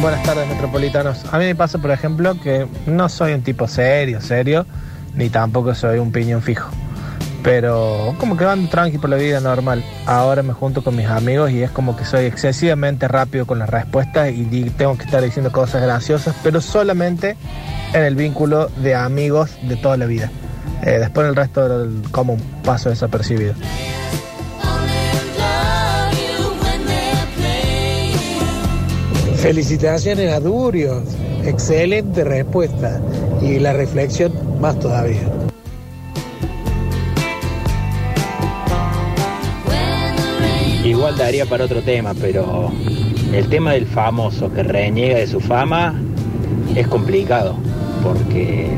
Buenas tardes, metropolitanos. A mí me pasa, por ejemplo, que no soy un tipo serio, serio, ni tampoco soy un piñón fijo. Pero como que van tranqui por la vida normal. Ahora me junto con mis amigos y es como que soy excesivamente rápido con las respuestas y di- tengo que estar diciendo cosas graciosas, pero solamente en el vínculo de amigos de toda la vida. Eh, después el resto del común paso desapercibido. Felicitaciones a Durios. Excelente respuesta. Y la reflexión más todavía. Igual daría para otro tema, pero el tema del famoso que reniega de su fama es complicado, porque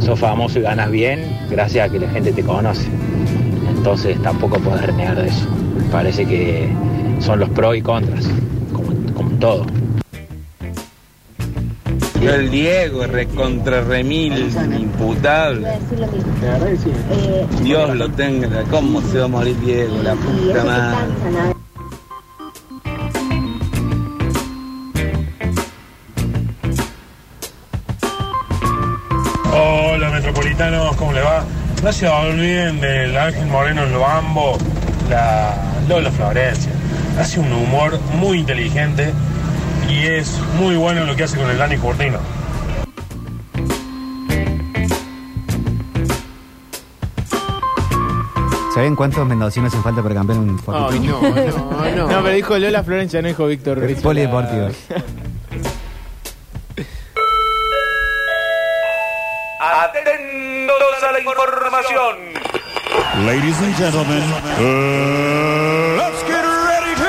sos famoso y ganas bien gracias a que la gente te conoce. Entonces tampoco puedes renegar de eso. Me parece que son los pros y contras, como, como en todo. Yo el Diego, recontra remil, imputable. Dios lo tenga, ¿cómo se va a morir Diego, la puta madre? Hola metropolitanos, ¿cómo le va? No se olviden del Ángel Moreno en Loambo, la Lola Florencia. Hace un humor muy inteligente y es muy bueno lo que hace con el Dani Curtino. ¿Saben cuántos mendocinos hacen falta para campear un Ay, poquito? no, no, no. No, pero dijo Lola Florencia, no dijo Víctor Es Rizzo. polideportivo. Atentos a la información. Ladies and gentlemen, uh, let's get ready to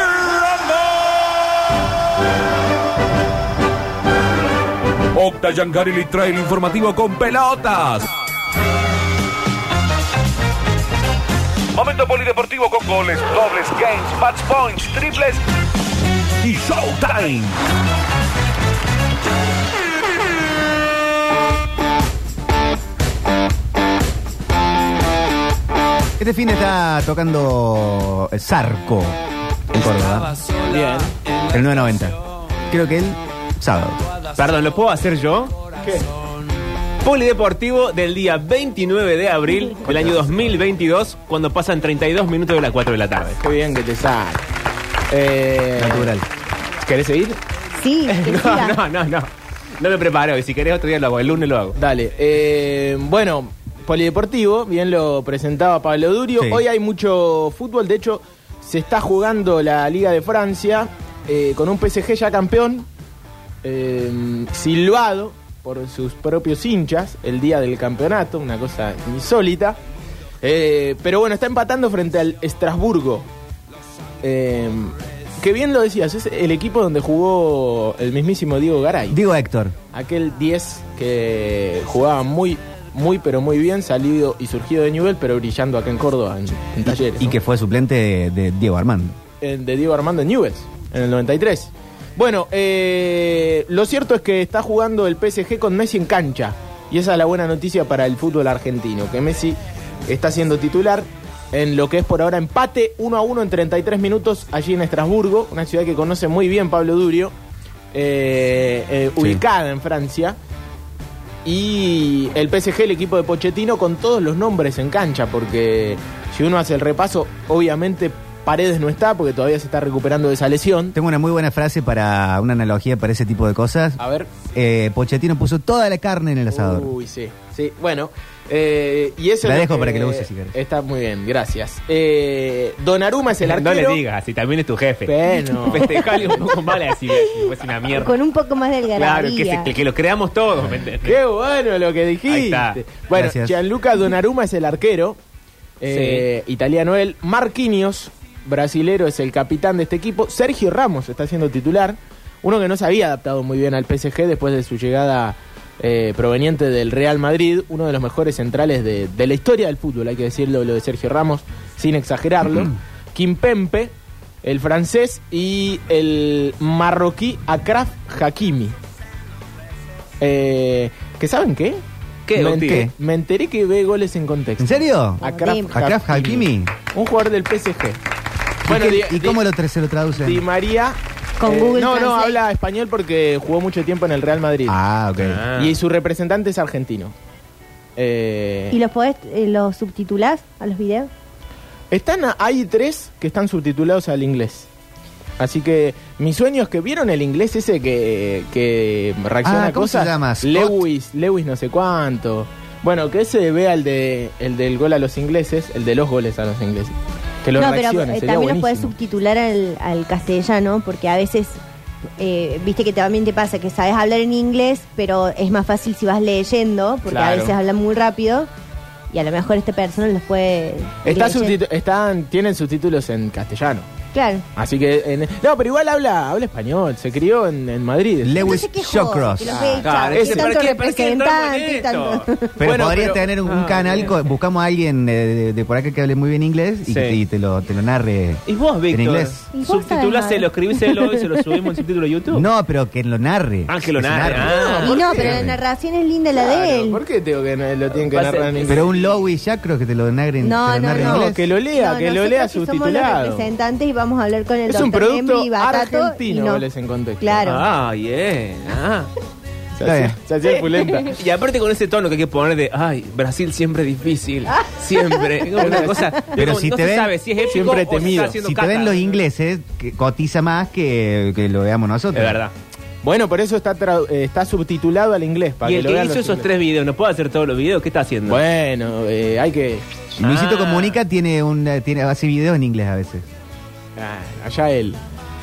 rumble. Octa Yangari le trae el informativo con pelotas. Momento polideportivo con goles, dobles, games, match points, triples Y showtime. Este fin está tocando eh, Zarco en Córdoba. Bien. El 990. Creo que el sábado. Perdón, ¿lo puedo hacer yo? Polideportivo del día 29 de abril del año 2022, cuando pasan 32 minutos de las 4 de la tarde. Qué bien que te sale. Eh, Natural. ¿Querés seguir? Sí, que siga. No, no, no, no. No lo preparo, y si querés otro día lo hago, el lunes lo hago. Dale. eh, bueno, Polideportivo, bien lo presentaba Pablo Durio. Sí. Hoy hay mucho fútbol, de hecho, se está jugando la Liga de Francia eh, con un PSG ya campeón, eh, silbado por sus propios hinchas el día del campeonato, una cosa insólita. Eh, pero bueno, está empatando frente al Estrasburgo. Eh, que bien lo decías, es el equipo donde jugó el mismísimo Diego Garay. Digo Héctor. Aquel 10 que jugaba muy, muy, pero muy bien, salido y surgido de Newell, pero brillando acá en Córdoba, en, en Talleres. Y ¿no? que fue suplente de, de Diego Armando. Eh, de Diego Armando en Newell's, en el 93. Bueno, eh, lo cierto es que está jugando el PSG con Messi en cancha. Y esa es la buena noticia para el fútbol argentino, que Messi está siendo titular en lo que es por ahora empate 1 a 1 en 33 minutos allí en Estrasburgo, una ciudad que conoce muy bien Pablo Durio, eh, eh, Sí. ubicada en Francia. Y el PSG, el equipo de Pochettino, con todos los nombres en cancha, porque si uno hace el repaso, obviamente Paredes no está, porque todavía se está recuperando de esa lesión. Tengo una muy buena frase para una analogía para ese tipo de cosas. A ver. Eh, Pochettino puso toda la carne en el asador. Uy, sí, sí. Bueno, eh, y eso La es dejo para que la uses, si querés. Está muy bien, gracias. Eh, Donnarumma es el No arquero. le digas, si también es tu jefe. Este. Bueno. Festejale un poco mal así, es una mierda. Con un poco más de Claro, algarabía. que, se- que- que lo creamos todos, ¿me entendés? Qué bueno lo que dijiste. Ahí está. Bueno, Gracias. Gianluca Donnarumma es el arquero. eh, Italiano él. Marquinhos, brasilero, es el capitán de este equipo. Sergio Ramos está siendo titular. Uno que no se había adaptado muy bien al PSG después de su llegada eh, proveniente del Real Madrid. Uno de los mejores centrales de, de la historia del fútbol, hay que decirlo, lo de Sergio Ramos, sin exagerarlo. Kimpempe, el francés, y el marroquí Akraf Hakimi. Eh, ¿Que saben qué? ¿Qué, Me, Octi? ente- me enteré que ve goles en contexto. ¿En serio? Akraf, Akraf Hakimi. Un jugador del PSG. ¿Y Bueno, qué- Di, ¿Y, cómo Di- lo tra- se lo traducen? Di María Con Eh, Google no, no, Translate. habla español porque jugó mucho tiempo en el Real Madrid. Ah, ok. Y su representante es argentino. Eh, ¿Y los podés, eh, los subtitulás a los videos? Están, a- hay tres que están subtitulados al inglés. Así que mi sueño es que vieron el inglés ese que, que reacciona Ah, a ¿cómo se cosas. llama? Scott? Lewis, Lewis no sé cuánto. Bueno, que ese vea el de el del gol a los ingleses, el de los goles a los ingleses. Que lo no, reaccione, eh, sería también los podés buenísimo. subtitular al, al castellano, porque a veces, eh, viste que también te pasa que sabes hablar en inglés, pero es más fácil si vas leyendo, porque a Claro. veces hablan muy rápido y a lo mejor esta persona los puede. Está leyendo. subtitu- están, tienen subtítulos en castellano. Claro. Así que. en- no, pero igual habla, habla español. Se crió en, en Madrid. Lewis No se quejó, Shawcross. que lo ve, Claro, Ah, ese- tanto representante, esto? tanto- Pero Bueno, podrías pero- Ah, tener un Ah, canal, co- buscamos a alguien eh, de, de por acá que hable muy bien inglés y, Sí. que- y te, lo, te lo narre ¿Y vos, en Víctor? inglés. ¿Y vos sabés, Subtituláselo, Mario? escribíselo y se lo subimos en subtítulo de YouTube. No, pero que lo narre. Ah, que lo se narre. Ah, Y no, ¿por qué? pero la narración es linda la de Claro, él. ¿Por qué tengo que na- lo tienen que Va a ser- narrar en inglés? Pero un Lowy Shacro que te lo narre, en- No, te lo no, narre en no. inglés. que lo lea, No, que lo nosotros lea que Somos los subtitulado. representantes y vamos a hablar con el Es doctor un producto Membi, Batato y argentino, no. goles en contexto. Claro. Ah, bien. Ah. Se Está hacía- bien. se hacía pulenta. Y aparte con ese tono que hay que poner de, ay, Brasil siempre difícil, siempre. Es como una cosa, Pero como si no te se ven- sabe si es épico siempre o se está temido. haciendo Si te caca. ven los ingleses, que cotiza más que, que lo veamos Es nosotros. verdad. Bueno, por eso está, tra- eh, está subtitulado al inglés. Para y que el lo que vean hizo los esos ingleses. tres videos, ¿no puede hacer todos los videos? ¿Qué está haciendo? Bueno, eh, hay que. Luisito Ah. Comunica tiene un tiene, hace videos en inglés a veces. Ah, allá él.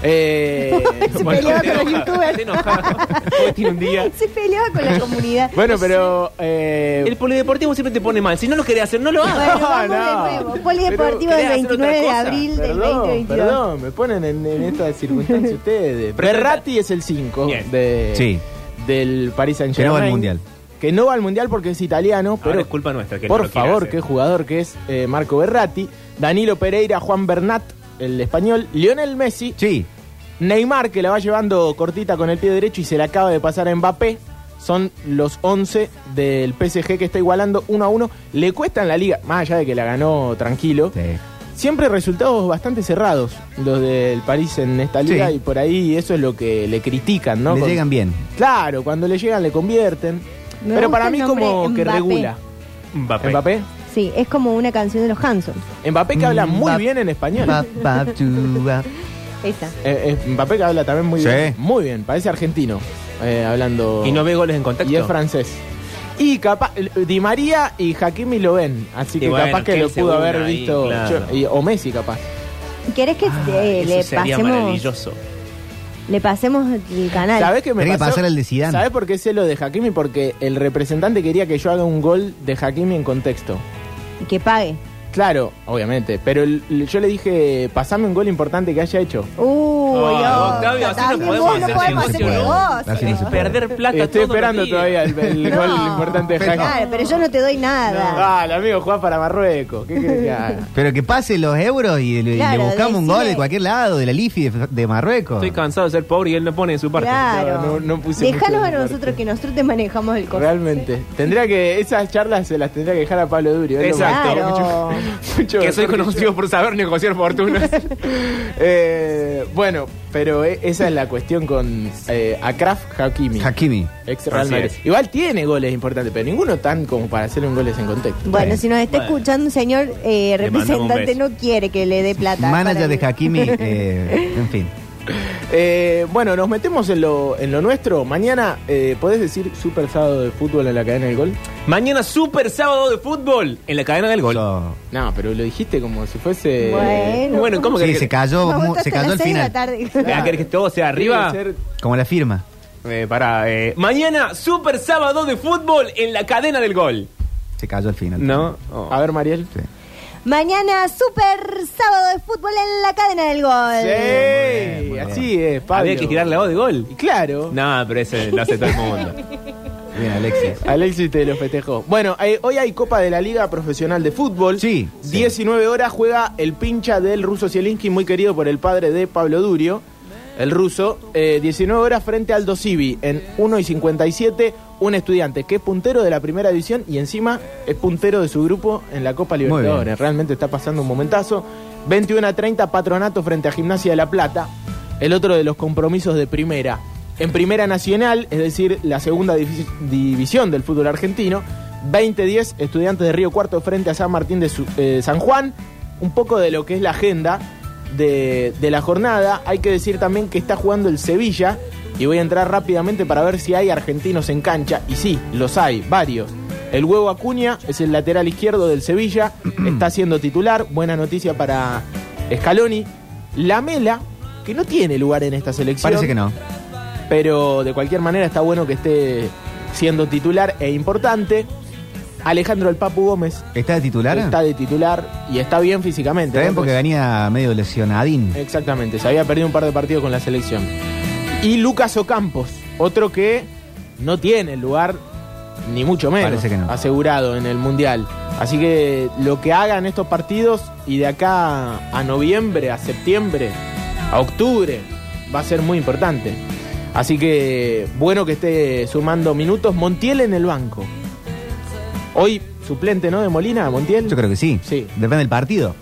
Eh, Se bueno, peleaba con los enoja, youtubers. se enoja. Hoy tiene un día. Se peleaba con la comunidad. bueno, pero. eh, El polideportivo siempre te pone mal. Si no lo querés hacer, no lo Bueno, hagas. vamos no. de nuevo. Polideportivo Pero, ¿querés hacer del otra 29 de cosa? abril del Perdón, 2022. perdón, me ponen en, en esta circunstancia ustedes. Berratti es el 5 Bien. de, Sí. del Paris Saint Que Germain. no va al Mundial. Que no va al mundial porque es italiano, Ahora pero es culpa nuestra. que no Por lo quiera favor, hacer. qué jugador que es eh, Marco Berratti, Danilo Pereira, Juan Bernat, el español, Lionel Messi, Sí. Neymar que la va llevando cortita con el pie derecho y se la acaba de pasar a Mbappé. Son los 11 del PSG que está igualando uno a uno. Le cuesta en la liga, más allá de que la ganó tranquilo. sí. Siempre resultados bastante cerrados los del París en esta liga Sí. y por ahí eso es lo que le critican, ¿no? Le Con- llegan bien. Claro, cuando le llegan le convierten. Me Pero gusta para el mí nombre como que Mbappé. regula. Mbappé. ¿Mbappé? Sí, es como una canción de los Hanson. Mbappé que habla muy Mm, Mbappé. bien en español. Ba, ba, tu, ba. Esa. Eh, eh, Mbappé que habla también muy Sí. bien. Muy bien, parece argentino. eh, hablando. Y no ve goles en contacto. Y es francés. Y capaz. Di María y Hakimi lo ven. Así Y que bueno, capaz que que lo él se pudo una haber ahí, visto. claro. yo- y- o Messi, capaz. ¿Querés que eh, Ah, Eso le sería pasemos, maravilloso. le pasemos el canal? ¿Sabés qué me Tenés que pasó? pasar al de Zidane. ¿Sabés por qué sé lo de Hakimi? Porque el representante quería que yo haga un gol de Hakimi en contexto. Y que pague. Claro, obviamente. Pero el- el- yo le dije, pasame un gol importante que haya hecho. Uy, oh, Ah, Octavio, así no también podemos vos no hacer podemos negocio. hacer eh, negocio. Así no se puede. Perder plata Estoy todos los esperando días. todavía el, el No. gol importante de Hakimi. Claro, pero yo no te doy nada. Dale, amigo, jugás para Marruecos. ¿Qué querés que haga? Pero que pase los euros y, le- y Claro, le buscamos un decile- gol de cualquier lado, de la Lifi de, de Marruecos. Estoy cansado de ser pobre y él no pone de su parte. Claro. No, no, no puse Dejanos mucho a de mi nosotros parte. que nosotros te manejamos el costo. Realmente. Tendría que. Esas charlas se las tendría que dejar a Pablo Durio. ¿eh? él lo Exacto. maneja Claro. mucho Que mejor soy yo. conocido por saber negociar fortunas. Eh, bueno, pero e- esa es la cuestión con eh, Akraf Hakimi. Hakimi. Ex Real Así Madrid. es. Igual tiene goles importantes, pero ninguno tan como para hacer un goles en contexto. Bueno, si nos está Bueno. escuchando un señor eh, Le mandamos un representante, no quiere que le dé plata. Manager para- de Hakimi, eh, en fin. Eh, bueno, nos metemos en lo, en lo nuestro. Mañana, eh, ¿podés decir super sábado de fútbol en la cadena del gol? Mañana super sábado de fútbol en la cadena del gol. So- No, pero lo dijiste como si fuese. Bueno. Bueno, ¿cómo sí, que se cayó, Nos Eh, mu- votó se hasta cayó las al seis de final. la tarde. Ah, ¿Querés que todo sea arriba? Tiene que ser- Como la firma. Eh, pará, eh, Mañana super sábado de fútbol en la cadena del gol. Se cayó al final. ¿No? A ver, Mariel. Sí. Mañana, super sábado de fútbol en la cadena del gol. Sí, muy bien. así es, Pablo. Había que girar la O de gol. Y Claro. No, pero ese lo hace todo el mundo. Bien, Alexis. Alexis te lo festejó. Bueno, eh, hoy hay Copa de la Liga Profesional de Fútbol. Sí, sí. 19 horas juega el pincha del ruso Zielinski, muy querido por el padre de Pablo Durio, el ruso. Eh, 19 horas frente al Dosivi en 1 y 57. Un estudiante que es puntero de la primera división y encima es puntero de su grupo en la Copa bien. Libertadores. Realmente está pasando un momentazo. 21 a 30 Patronato frente a Gimnasia de la Plata. el otro de los compromisos de primera. En Primera Nacional, es decir, la segunda divi- división del fútbol argentino, 20-10, estudiantes de Río Cuarto frente a San Martín de Su- eh, San Juan. Un poco de lo que es la agenda de, de la jornada. Hay que decir también que está jugando el Sevilla. Y voy a entrar rápidamente para ver si hay argentinos en cancha. Y sí, los hay, varios. El huevo Acuña es el lateral izquierdo del Sevilla. está siendo titular. Buena noticia para Scaloni. Lamela, que no tiene lugar en esta selección. Parece que no. Pero de cualquier manera está bueno que esté siendo titular e importante. Alejandro el Papu Gómez ¿Está de titular? está de titular y está bien físicamente. Está bien ¿no? porque venía medio lesionadín. Exactamente, se había perdido un par de partidos con la selección. Y Lucas Ocampos, otro que no tiene lugar, ni mucho menos, Parece que no. asegurado en el Mundial. Así que lo que hagan estos partidos y de acá a noviembre, a septiembre, a octubre, va a ser muy importante. Así que bueno que esté sumando minutos. Montiel en el banco. Hoy suplente, ¿no? De Molina, Montiel. Yo creo que sí. Sí. Depende del partido.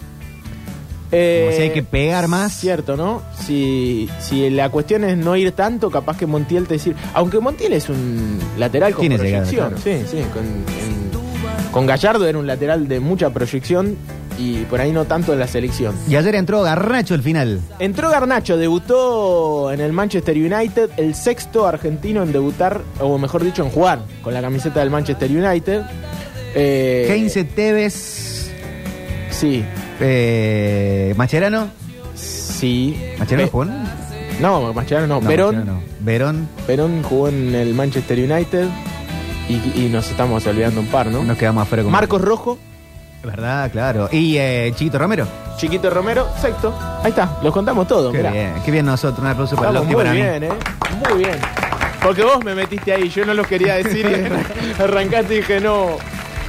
Eh, si hay que pegar más. Cierto, ¿no? Si, si la cuestión es no ir tanto, capaz que Montiel te sirve. Aunque Montiel es un lateral con Tiene llegada, proyección. Sí, sí. Con, en- con Gallardo era un lateral de mucha proyección y por ahí no tanto en la selección. Y ayer entró Garracho el final. Entró Garnacho, debutó en el Manchester United, el sexto argentino en debutar, o mejor dicho, en jugar con la camiseta del Manchester United. Eh, Heinze Tevez, Sí, eh, Macherano. sí. ¿Macherano Pe- jugó? No, Mascherano no. Verón. Mascherano no. Verón, Perón jugó en el Manchester United y, y nos estamos olvidando un par, ¿no? nos quedamos afuera con Marcos Rojo, ¿Verdad? Claro. Y eh, Chiquito Romero. Chiquito Romero, sexto. Ahí está, los contamos todos, Qué mirá. bien, qué bien nosotros. Un aplauso para Estamos Locke y muy para mí. bien, ¿eh? Muy bien. Porque vos me metiste ahí, yo no los quería decir y arran- arrancaste y dije no.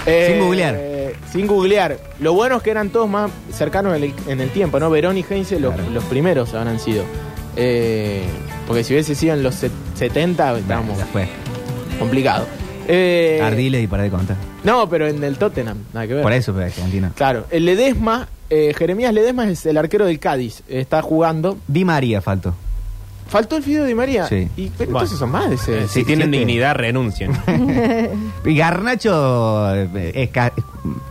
Eh, Sin googlear. eh, sin googlear. Lo bueno es que eran todos más cercanos en el, en el tiempo, ¿no? Verón y Heinze los, los primeros habrán sido. Eh, porque si hubiese sido en los set- 70, estábamos Ya fue. complicados. Eh, Ardiles y para de contar. No, pero en el Tottenham, nada que ver. Por eso, pero Argentina. Claro, el Ledesma, eh, Jeremías Ledesma es el arquero del Cádiz, está jugando. Di María faltó. Faltó el Fideo Di María. Sí. Y, pero entonces son más de ese. eh, Si tienen eh, siete. dignidad, renuncian. Y Garnacho eh, es ca-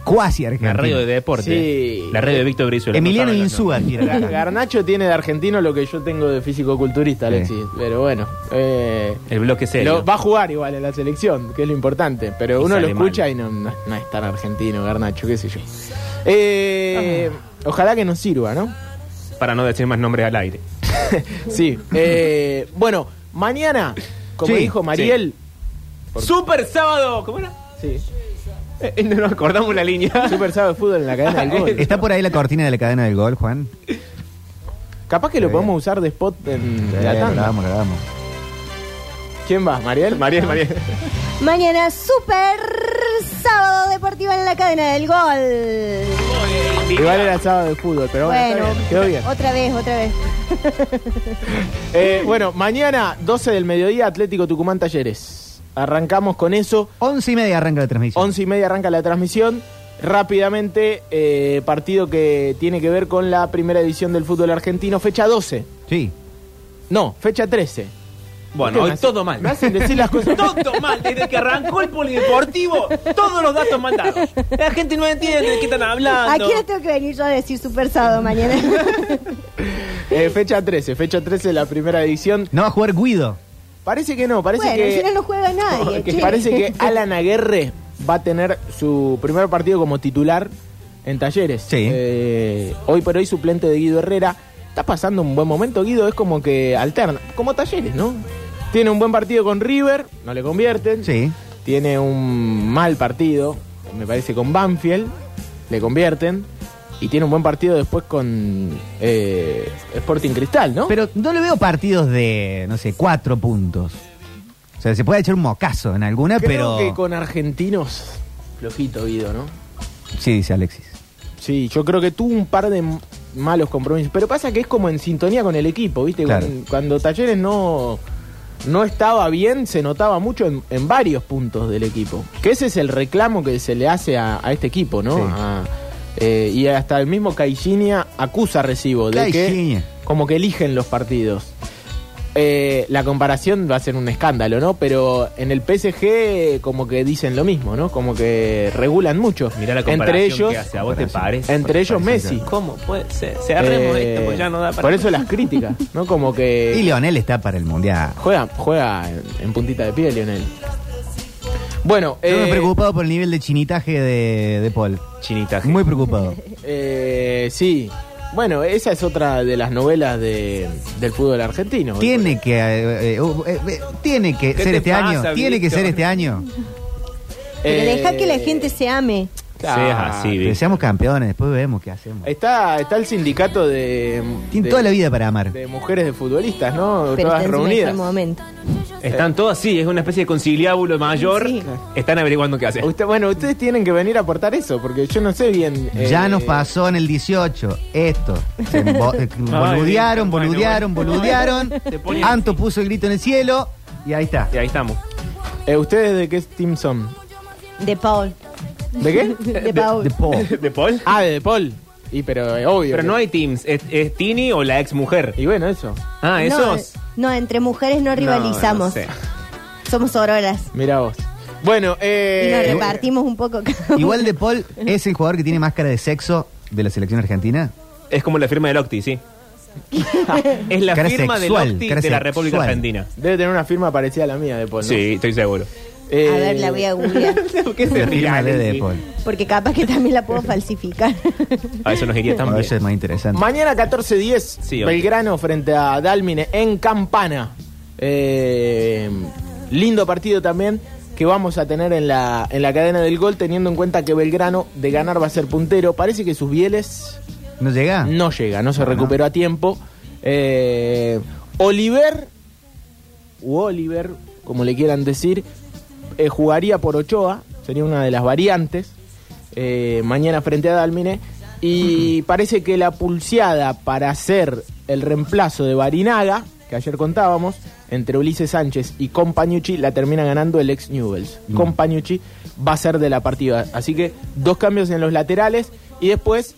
cuasi argentino. La radio de deporte. Sí. La radio de Víctor Brizuela. Emiliano No saben Insúa quiere Garnacho. Garnacho tiene de argentino lo que yo tengo de físico-culturista, Sí. Alexis. Pero bueno. eh, los nombres. El bloque serio. lo- va a jugar igual en la selección, que es lo importante. Pero Y uno lo sale escucha mal. y no, no, no es tan argentino, Garnacho, qué sé yo. Eh, ojalá que nos sirva, ¿no? Para no decir más nombres al aire. Sí. eh, bueno, mañana, como Sí, dijo Mariel. ¡Super sábado! ¿Cómo era? Sí. Eh, eh, no nos acordamos la línea. Super sábado de fútbol en la cadena del gol. ¿Está por ahí la cortina de la cadena del gol, Juan? Capaz que lo podemos usar de spot en Eh, la lo tanda. grabamos, lo grabamos. ¿Quién va? ¿Mariel? Mariel, Mariel. Mañana, super sábado deportivo en la cadena del gol. Igual era sábado de fútbol, pero bueno, Bueno, está bien, quedó bien. otra vez, otra vez. Eh, bueno, mañana, 12 del mediodía, Atlético Tucumán Talleres. Arrancamos con eso. Once y media arranca la transmisión. 11 y media arranca la transmisión. Rápidamente, eh, partido que tiene que ver con la primera edición del fútbol argentino, fecha 12. Sí. No, fecha 13. Bueno, hoy todo mal. Me hacen decir las cosas. Todo mal, desde que arrancó el polideportivo, todos los datos mal dados. La gente no entiende de qué están hablando. Aquí no tengo que venir yo a decir super sábado mañana. Eh, fecha 13, fecha 13 de la primera edición. No va a jugar Guido. Parece que no, parece bueno, que... si no, no juega nadie. Porque che. parece que Alan Aguerre va a tener su primer partido como titular en Talleres. Sí. Eh, hoy por hoy suplente de Guido Herrera. Está pasando un buen momento, Guido. Es como que alterna. Como Talleres, ¿no? Tiene un buen partido con River, no le convierten. Sí. Tiene un mal partido, me parece, con Banfield, le convierten. Y tiene un buen partido después con eh, Sporting Cristal, ¿no? Pero no le veo partidos de, no sé, cuatro puntos. O sea, se puede echar un mocazo en alguna, Creo pero. que con argentinos, flojito Guido, ¿no? Sí, dice Alexis. Sí, yo creo que tuvo un par de m- malos compromisos. Pero pasa que es como en sintonía con el equipo, ¿viste? Claro. Cuando, cuando Talleres no, no estaba bien, se notaba mucho en, en varios puntos del equipo. Que ese es el reclamo que se le hace a, a este equipo, ¿no? Sí. A- eh, y hasta el mismo Caixinha acusa a recibo de que Caixinha. como que eligen los partidos. Eh, la comparación va a ser un escándalo, ¿no? Pero en el PSG como que dicen lo mismo, ¿no? Como que regulan mucho. Mirá la entre comparación ellos, que hace, ¿a vos te parece? Entre ellos Parece Messi. que- ¿Cómo puede ser? Cerremos Eh, esto, porque pues ya no da para Por eso las críticas, ¿no? Como que... Y Leonel está para el mundial. Juega, juega en, en puntita de pie, Lionel. Bueno, Yo me he eh, preocupado por el nivel de chinitaje de, de Paul. Chinitaje. Muy preocupado. eh, sí. Bueno, esa es otra de las novelas de- del fútbol argentino. Tiene que eh, eh, uh, eh, eh, tiene que ¿Qué ser te este pasa, año. Tiene que Víctor? ser este año. Pero Eh, deja que la gente se ame. Claro. Que seamos campeones, después vemos qué hacemos. Está, está el sindicato de, Tienen de- toda la vida para amar. de mujeres de futbolistas, ¿no? Pero está Todas en su reunidas. mejor momento. Están todas así, es una especie de conciliábulo mayor. Sí. Están averiguando qué hacer. Usted- bueno, ustedes tienen que venir a aportar eso, porque yo no sé bien. eh, Ya nos pasó en el 18 esto. Se embo- eh, boludearon, Víctor, boludearon, bueno, boludearon. Te ponen Anto puso el grito en el cielo y ahí está. Y ahí estamos. eh, ¿Ustedes de qué team son? De Paul. ¿De qué? De Paul. De Paul. ¿De Paul? Ah, de De Paul. Y pero eh, obvio. Pero que- no hay teams, es, es Tini o la ex mujer. Y bueno, eso. Ah, esos. No, no, entre mujeres no rivalizamos. No, no sé. Somos auroras. Mira vos. Bueno, y nos eh. repartimos un poco. Igual De Paul es el jugador que tiene más cara de sexo de la selección argentina. Es como la firma de Octi, sí. es la Cara firma sexual, de Octi de cara la República sexual. Argentina. Debe tener una firma parecida a la mía, De Paul. ¿no? Sí, estoy seguro. Eh, A ver, la voy a googlear. ¿Qué se La firma rían? de De Paul. Porque capaz que también la puedo falsificar. A eso nos iría tan Bueno, bien. eso es más interesante. Mañana 14.10, Sí, ok. Belgrano frente a Dalmine en Campana. Eh, lindo partido también que vamos a tener en la, en la cadena del gol, teniendo en cuenta que Belgrano de ganar va a ser puntero. Parece que sus bieles ¿No llega? no llega, no se Bueno. recuperó a tiempo. Eh, Oliver, u Oliver, como le quieran decir, eh, jugaría por Ochoa, sería una de las variantes, eh, mañana frente a Dalmine. Y parece que la pulseada para hacer el reemplazo de Barinaga, que ayer contábamos, entre Ulises Sánchez y Compañucci, la termina ganando el ex Newells. Mm. Compañucci va a ser de la partida. Así que dos cambios en los laterales y después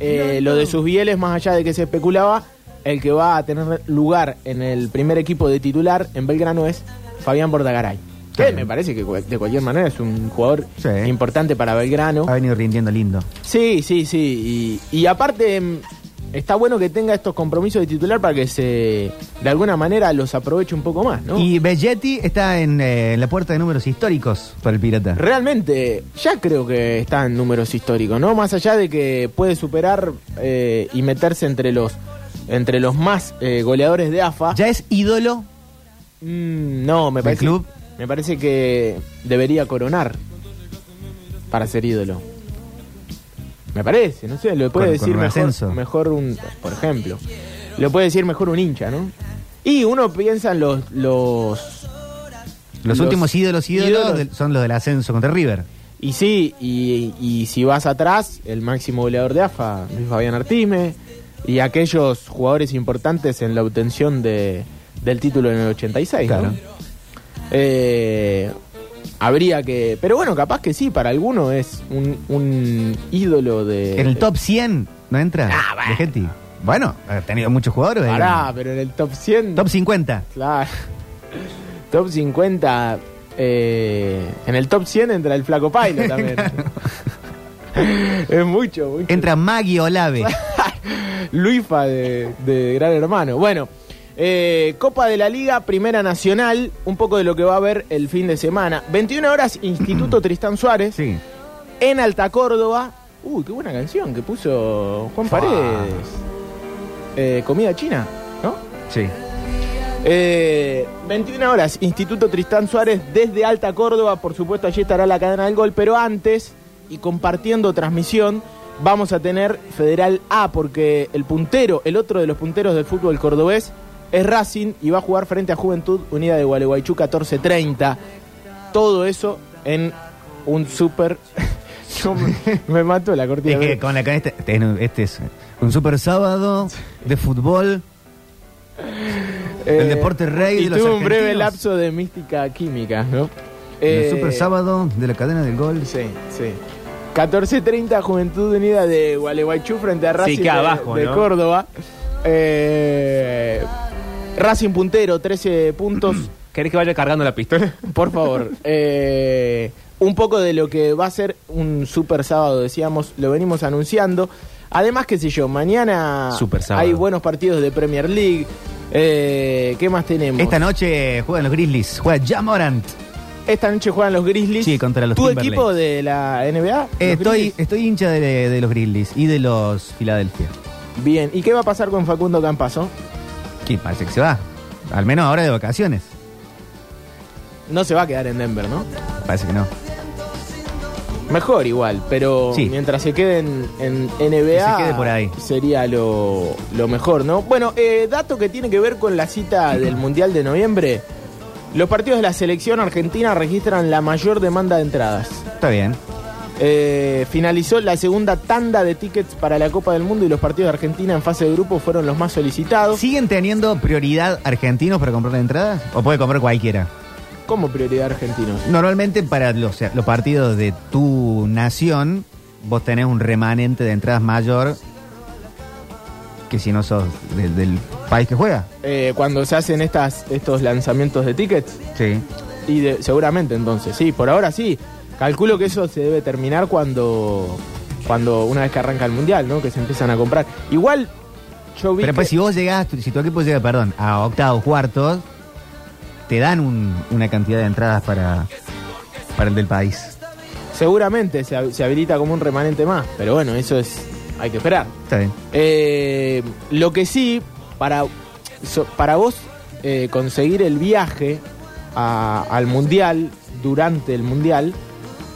eh, lo de sus bieles, más allá de que se especulaba, el que va a tener lugar en el primer equipo de titular en Belgrano es Fabián Bordagaray. Que Bien. me parece que cual- de cualquier manera es un jugador Sí. importante para Belgrano. Ha venido rindiendo lindo. Sí, sí, sí. Y, y aparte, mm, está bueno que tenga estos compromisos de titular para que se, de alguna manera, los aproveche un poco más, ¿no? Y Belletti está en eh, la puerta de números históricos para el Pirata. Realmente, ya creo que está en números históricos, ¿no? Más allá de que puede superar eh, y meterse entre los entre los más eh, goleadores de AFA. Ya es ídolo. Mm, no, me ¿Del parece, club? me parece que debería coronar para ser ídolo. Me parece, no sé, lo puede Con- decir con un ascenso. mejor, mejor un, por ejemplo, lo puede decir mejor un hincha, ¿no? Y uno piensa en los, los Los, Los últimos ídolos, ídolos, ídolos. del- son los del ascenso contra River. y sí, y, y si vas atrás, el máximo goleador de AFA, Luis Fabián Artime, y aquellos jugadores importantes en la obtención de, del título en el 86, ¿no? Claro. Eh, habría que. Pero bueno, capaz que sí, para alguno es un, un ídolo de. En el top 100 no entra. Vegetti. Bueno, ha tenido muchos jugadores. de- Pará, digamos. pero en el top 100. Top 50. Claro. Top 50. eh, en el top 100 entra el Flaco Pailo también. es mucho, mucho. Entra Maggie Olave. Luifa de, de Gran Hermano. Bueno, eh, Copa de la Liga, Primera Nacional, un poco de lo que va a haber el fin de semana. 21 horas, Instituto Tristán Suárez, sí. en Alta Córdoba. Uy, qué buena canción que puso Juan Fua. Paredes. Eh, comida china, ¿no? Sí. Eh, 21 horas, Instituto Tristán Suárez desde Alta Córdoba, por supuesto allí estará la cadena del gol, pero antes y compartiendo transmisión vamos a tener Federal A porque el puntero, el otro de los punteros del fútbol cordobés es Racing y va a jugar frente a Juventud Unida de Gualeguaychú 14:30. Todo eso en un súper... Yo me, me mato la cortina. Es que con la canasta. Este, es un- este es un super sábado de fútbol. el deporte rey Eh, y de los tuve un breve argentinos. lapso de mística química, ¿no? El Eh, super sábado de la cadena del gol. Sí, sí. 14.30 Juventud Unida de Gualeguaychú frente a Racing queda de- abajo, de, ¿no? Córdoba. Eh, Racing puntero, 13 puntos. ¿Querés que vaya cargando la pistola? Por favor. Eh, un poco de lo que va a ser un super sábado, decíamos, lo venimos anunciando. Además, qué sé yo, mañana Super sábado. hay buenos partidos de Premier League. Eh, ¿Qué más tenemos? Esta noche juegan los Grizzlies, juega Jamorant. Esta noche juegan los Grizzlies. Sí, contra los ¿Tu Timberlakes. equipo de la NBA? Eh, ¿Los estoy, Grizzlies? estoy hincha de, de los Grizzlies y de los Filadelfia. Bien. ¿Y qué va a pasar con Facundo Campazo? Que parece que se va. Al menos ahora de vacaciones. No se va a quedar en Denver, ¿no? Parece que no. Mejor igual, pero Sí. mientras se queden en Que NBA se quede por ahí. sería lo, lo mejor, ¿no? Bueno, eh, dato que tiene que ver con la cita del Mundial de noviembre. Los partidos de la selección argentina registran la mayor demanda de entradas. Está bien. Eh, finalizó la segunda tanda de tickets para la Copa del Mundo y los partidos de Argentina en fase de grupo fueron los más solicitados ¿Siguen teniendo prioridad argentinos para comprar entradas? ¿O puede comprar cualquiera? como prioridad argentinos. Normalmente para los, los partidos de tu nación, vos tenés un remanente de entradas mayor que si no sos de- del país que juega. Eh, cuando se hacen estas, estos lanzamientos de tickets, Sí. Y de- seguramente entonces, sí, por ahora sí. Calculo que eso se debe terminar cuando, cuando una vez que arranca el mundial, ¿no? Que se empiezan a comprar. Igual, yo vi. Pero pues que- si vos llegás, tu- si tu equipo llega, perdón, a octavos, cuartos, te dan un- una cantidad de entradas para, para el del país. Seguramente se, ha- se habilita como un remanente más. Pero bueno, eso es. Hay que esperar. Está bien. Eh, lo que sí, para, so- para vos eh, conseguir el viaje a- al mundial, durante el mundial,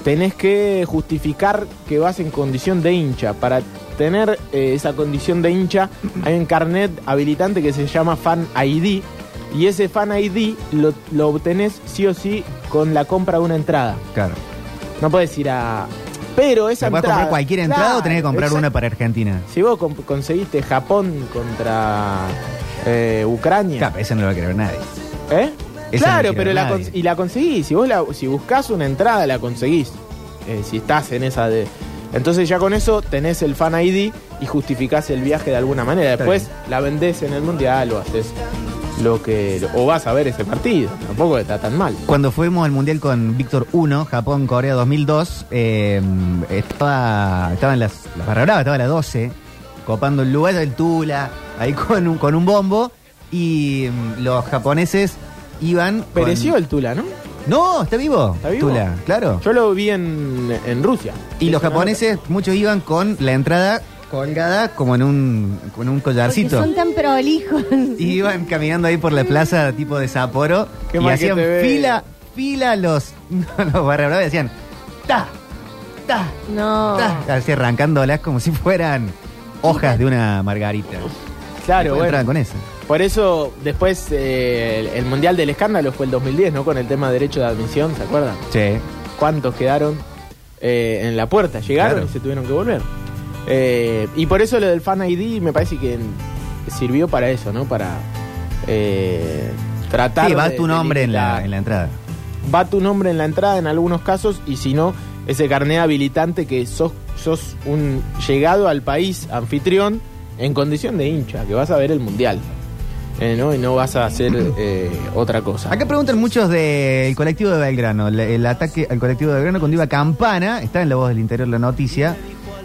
tenés que justificar que vas en condición de hincha. Para tener eh, esa condición de hincha, hay un carnet habilitante que se llama Fan ID. Y ese Fan ID lo, lo obtenés sí o sí con la compra de una entrada. Claro. No puedes ir a. Pero esa ¿Te puedes entrada. comprar cualquier entrada o tenés que comprar Claro, una para Argentina? si vos com- conseguiste Japón contra eh, Ucrania. Claro, esa no lo va a querer nadie. ¿eh? esa Claro, no pero quiere la nadie. cons- y la conseguís. Si vos la, si buscás una entrada, la conseguís. Eh, si estás en esa de. Entonces ya con eso tenés el fan ID y justificás el viaje de alguna manera. Está Después la vendés en el mundial o haces lo que. o vas a ver ese partido. Tampoco está tan mal. Cuando fuimos al Mundial con Víctor 1, Japón, Corea 2002, eh, estaba, estaba en las, las barra brava, estaba en la 12, copando el lugar del Tula, ahí con un, con un bombo, y mm, los japoneses iban... con- Pereció el Tula, ¿no? No, está vivo. ¿Está vivo? Tula, claro. Yo lo vi en, en Rusia. Y Es los una japoneses, muchos iban con la entrada colgada como en un, con un Porque collarcito. son tan prolijos. Y iban caminando ahí por la plaza tipo de Sapporo Qué y mal que hacían te ve. fila, fila los, los barra brava y decían ta, ta, No. ta, así arrancándolas como si fueran hojas de una margarita. nota. Claro, Después bueno. entraban con eso. Por eso, después, eh, el, el Mundial del Escándalo fue el 2010, ¿no? Con el tema de derecho de admisión, ¿se acuerdan? Sí. ¿Cuántos quedaron eh, en la puerta? Llegaron Claro. y se tuvieron que volver. Eh, y por eso lo del Fan ID me parece que sirvió para eso, ¿no? Para eh, tratar Sí, va de- tu de nombre en la, limitar. en la entrada. Va tu nombre en la entrada en algunos casos y si no, ese carnet habilitante que sos, sos un llegado al país anfitrión en condición de hincha, que vas a ver el mundial. eh, ¿no? Y no vas a hacer eh, otra cosa. Acá preguntan muchos del colectivo de Belgrano. El, el ataque al colectivo de Belgrano cuando iba Campana, está en la voz del interior la noticia,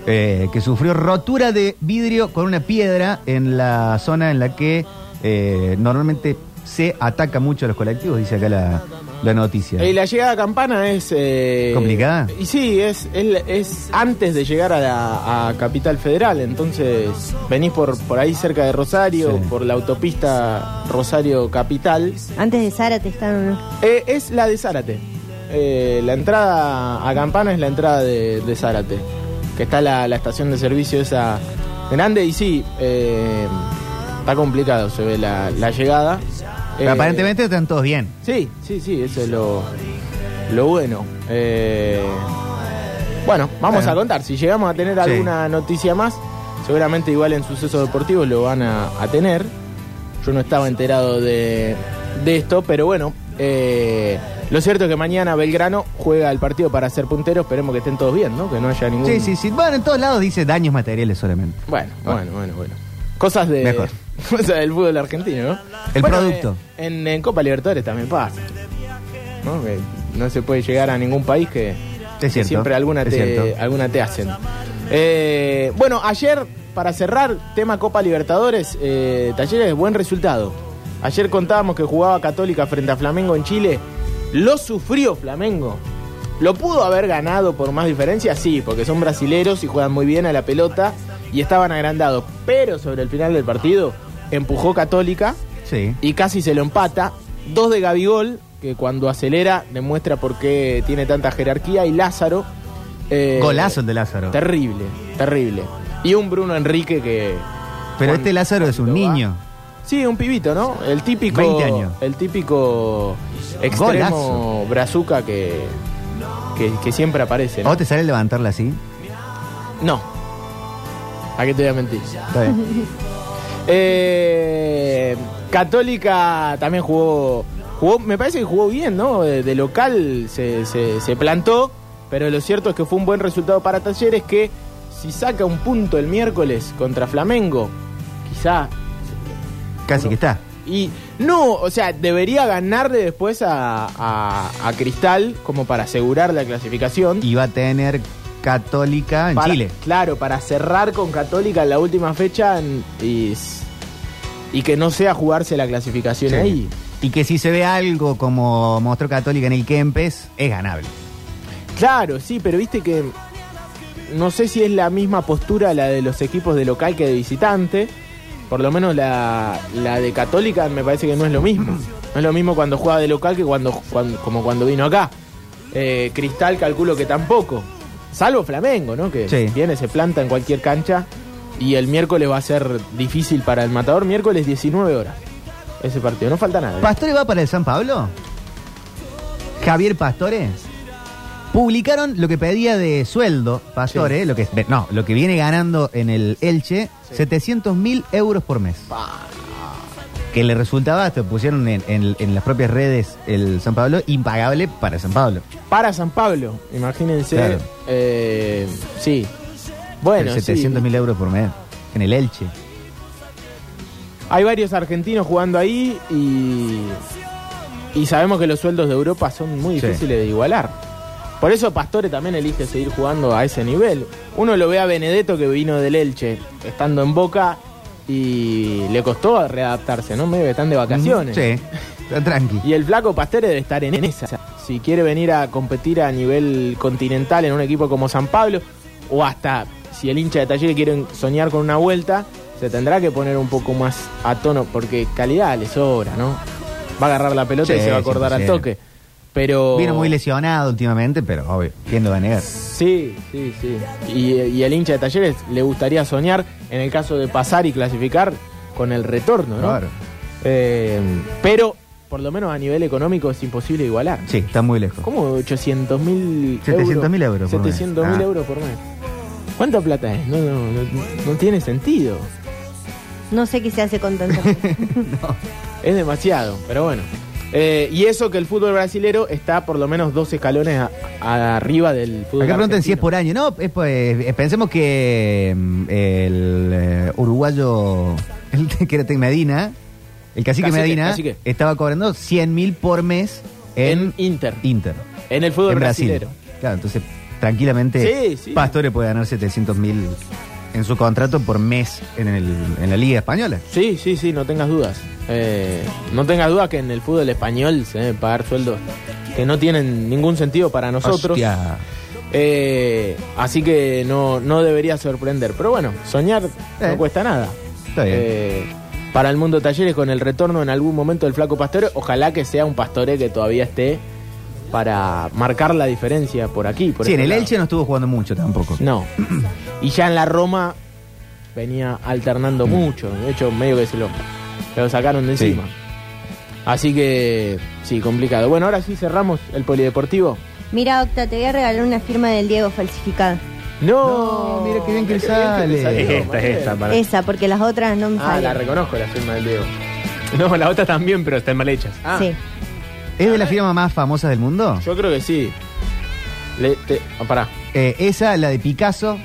eh, que sufrió rotura de vidrio con una piedra en la zona en la que eh, normalmente se ataca mucho a los colectivos, dice acá la, la noticia. Eh, la llegada a Campana es... eh, ¿Complicada? Y sí, es, es, es antes de llegar a, la- a Capital Federal, entonces venís por, por ahí cerca de Rosario, Sí. por la autopista Rosario Capital. Antes de Zárate están. Eh, es la de Zárate. Eh, la entrada a Campana es la entrada de, de Zárate. Que está la, la estación de servicio esa grande y sí, eh, está complicado, se ve la, la llegada. Pero Eh, aparentemente están todos bien. Sí, sí, sí, eso es lo, lo bueno. Eh, bueno, vamos Bueno. a contar. Si llegamos a tener Sí. alguna noticia más, seguramente igual en sucesos deportivos lo van a, a tener. Yo no estaba enterado de, de esto, pero bueno. eh, lo cierto es que mañana Belgrano juega el partido para ser puntero. Esperemos que estén todos bien, ¿no? Que no haya ningún. Sí, sí, sí. Bueno, en todos lados dice daños materiales solamente. Bueno, Bueno. bueno, bueno, bueno. Cosas de. Mejor. Cosas del fútbol argentino, ¿no? El producto. eh, en, en Copa Libertadores también pasa. ¿no? Que no se puede llegar a ningún país que, que cierto, siempre alguna es te, cierto. alguna te hacen. Eh, bueno, ayer, para cerrar, tema Copa Libertadores, eh, Talleres, buen resultado. Ayer contábamos que jugaba Católica frente a Flamengo en Chile. Lo sufrió Flamengo. ¿Lo pudo haber ganado por más diferencia? Sí, porque son brasileros y juegan muy bien a la pelota y estaban agrandados. Pero sobre el final del partido empujó Católica Sí. y casi se lo empata. Dos de Gabigol, que cuando acelera demuestra por qué tiene tanta jerarquía, y Lázaro. eh, Golazo el de Lázaro. Terrible, terrible. Y un Bruno Enrique que. Pero este Lázaro es un Cuando va- niño. Sí, un pibito, ¿no? El típico. 20 años. El típico extremo Golazo. brazuca que, que, que siempre aparece. ¿A ¿no? vos te sale levantarla así? No. ¿A qué te voy a mentir? Está bien. Eh, Católica también jugó, jugó. Me parece que jugó bien, ¿no? De, de local se, se- se plantó. Pero lo cierto es que fue un buen resultado para Talleres. Que si saca un punto el miércoles contra Flamengo, quizá. Casi que está. Y no, o sea, debería ganarle después a, a- a Cristal como para asegurar la clasificación. Y va a tener Católica en Para- Chile. Claro, para cerrar con Católica en la última fecha en- y, s- y que no sea jugarse la clasificación Sí. ahí. Y que si se ve algo como mostró Católica en el Kempes, es ganable. Claro, sí, pero viste que no sé si es la misma postura la de los equipos de local que de visitante. Por lo menos la, la de Católica me parece que no es lo mismo. No es lo mismo cuando juega de local que cuando, cuan- como cuando vino acá. Eh, Cristal calculo que tampoco. Salvo Flamengo, ¿no? Que Sí. viene, se planta en cualquier cancha. Y el miércoles va a ser difícil para el matador. Miércoles 19 horas. Ese partido. No falta nada. ¿Pastore va para el San Pablo? ¿Javier Pastore? Publicaron lo que pedía de sueldo Pastore, lo que no, lo que viene ganando en el Elche, 700 mil euros por mes. Que le resultaba, te pusieron en, en- en las propias redes el San Pablo, impagable para San Pablo. para San Pablo, imagínense. Claro. eh, sí. Bueno, sí. 700 mil euros por mes en el Elche. hay varios argentinos jugando ahí y, y sabemos que los sueldos de Europa son muy Sí. difíciles de igualar. Por eso Pastore también elige seguir jugando a ese nivel. Uno lo ve a Benedetto que vino del Elche, estando en Boca y le costó readaptarse, ¿no? Medio que están de vacaciones. Sí, tranqui. Y el flaco Pastore debe estar en esa. Si quiere venir a competir a nivel continental en un equipo como San Pablo, o hasta si el hincha de Talleres quiere soñar con una vuelta, se tendrá que poner un poco más a tono, porque calidad le sobra, ¿no? Va a agarrar la pelota y Sí, se va a acordar al 100%. toque. Pero. Vino muy lesionado últimamente, pero obvio, ¿quién lo va a negar? Sí, sí, sí. Y, y al hincha de Talleres le gustaría soñar, en el caso de pasar y clasificar, con el retorno, ¿no? Claro. Eh, pero, por lo menos a nivel económico, es imposible igualar. Sí, está muy lejos. ¿Cómo 800 mil 700.000 euros por mes. 700 mil Ah. euros por mes. ¿Cuánta plata es? No, no, no, no tiene sentido. No sé qué se hace con tanto. Es demasiado, pero bueno. Eh, y eso que el fútbol brasilero está por lo menos dos escalones a- a- arriba del fútbol Acá preguntan si es argentino. por año. No, es por- eh, pensemos que mm, el eh, uruguayo, el que era Tec Medina, el cacique, Cacique, Medina, cacique. estaba cobrando 100 mil por mes en, en Inter, Inter, en el fútbol en Brasil. brasilero. Claro, entonces tranquilamente Sí, sí. Pastore puede ganar 700 mil en su contrato por mes en, el- en la Liga Española. Sí, sí, sí, no tengas dudas. Eh, no tengas dudas que en el fútbol español se deben pagar sueldos que no tienen ningún sentido para nosotros. Hostia. Eh, así que no, no debería sorprender. Pero bueno, soñar Eh. no cuesta nada. Está bien. Eh, para el mundo talleres, con el retorno en algún momento del flaco Pastore, ojalá que sea un Pastore que todavía esté para marcar la diferencia por aquí. Por sí, en este el lado. Elche no estuvo jugando mucho tampoco. No. Y ya en la Roma venía alternando mucho. De hecho, medio que se lo, lo sacaron de Mm. Sí. encima. Así que, sí, complicado. Bueno, ahora sí cerramos el polideportivo. Mira, Octa, te voy a regalar una firma del Diego falsificada. No, No, mira qué bien que qué bien sale. le salió, Es Esta es esta, Mariel. para. Esa, porque las otras no me Ah, la salen. reconozco la firma del Diego. No, la otra también, pero están mal hechas. Ah, Sí. ¿Es de las firmas más famosas del mundo? Yo creo que sí. Le, te- ah, pará. Eh, esa, la de Picasso,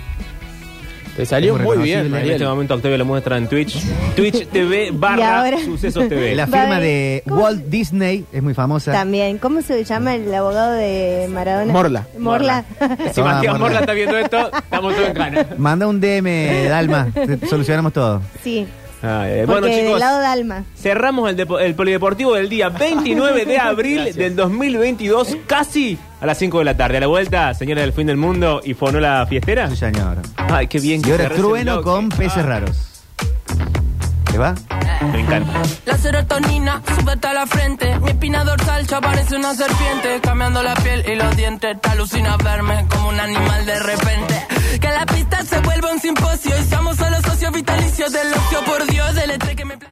Te salió muy bien, En este Mariel. momento Octavio lo muestra en Twitch. Twitch TV barra ahora- Sucesos TV. La Va a firma haber- de ¿cómo Walt Disney es muy famosa. También, ¿cómo se llama el abogado de Maradona? Morla. Morla. Si Tomá, Matías Morla. Morla está viendo esto, estamos todos en cana. Manda un DM, Dalma. te- Solucionamos todo. sí, Ah, eh, porque bueno, chicos. del lado de Alma. Cerramos el, depo- el polideportivo del día 29 de abril del 2022, casi a las 5 de la tarde. A la vuelta, señora del fin del mundo, y fonó la fiestera. Sí, señor. Ay, qué bien. Y que ahora cerré ese trueno bloque. con peces Ah, raros. ¿Te va? Me encanta. La serotonina sube hasta la frente. Mi espina dorsal ya parece una serpiente. Cambiando la piel y los dientes. Te alucina verme como un animal de repente. Que la pista se vuelva un simposio. Y seamos solo socios vitalicios del ocio, por Dios, del estrés que me. pla-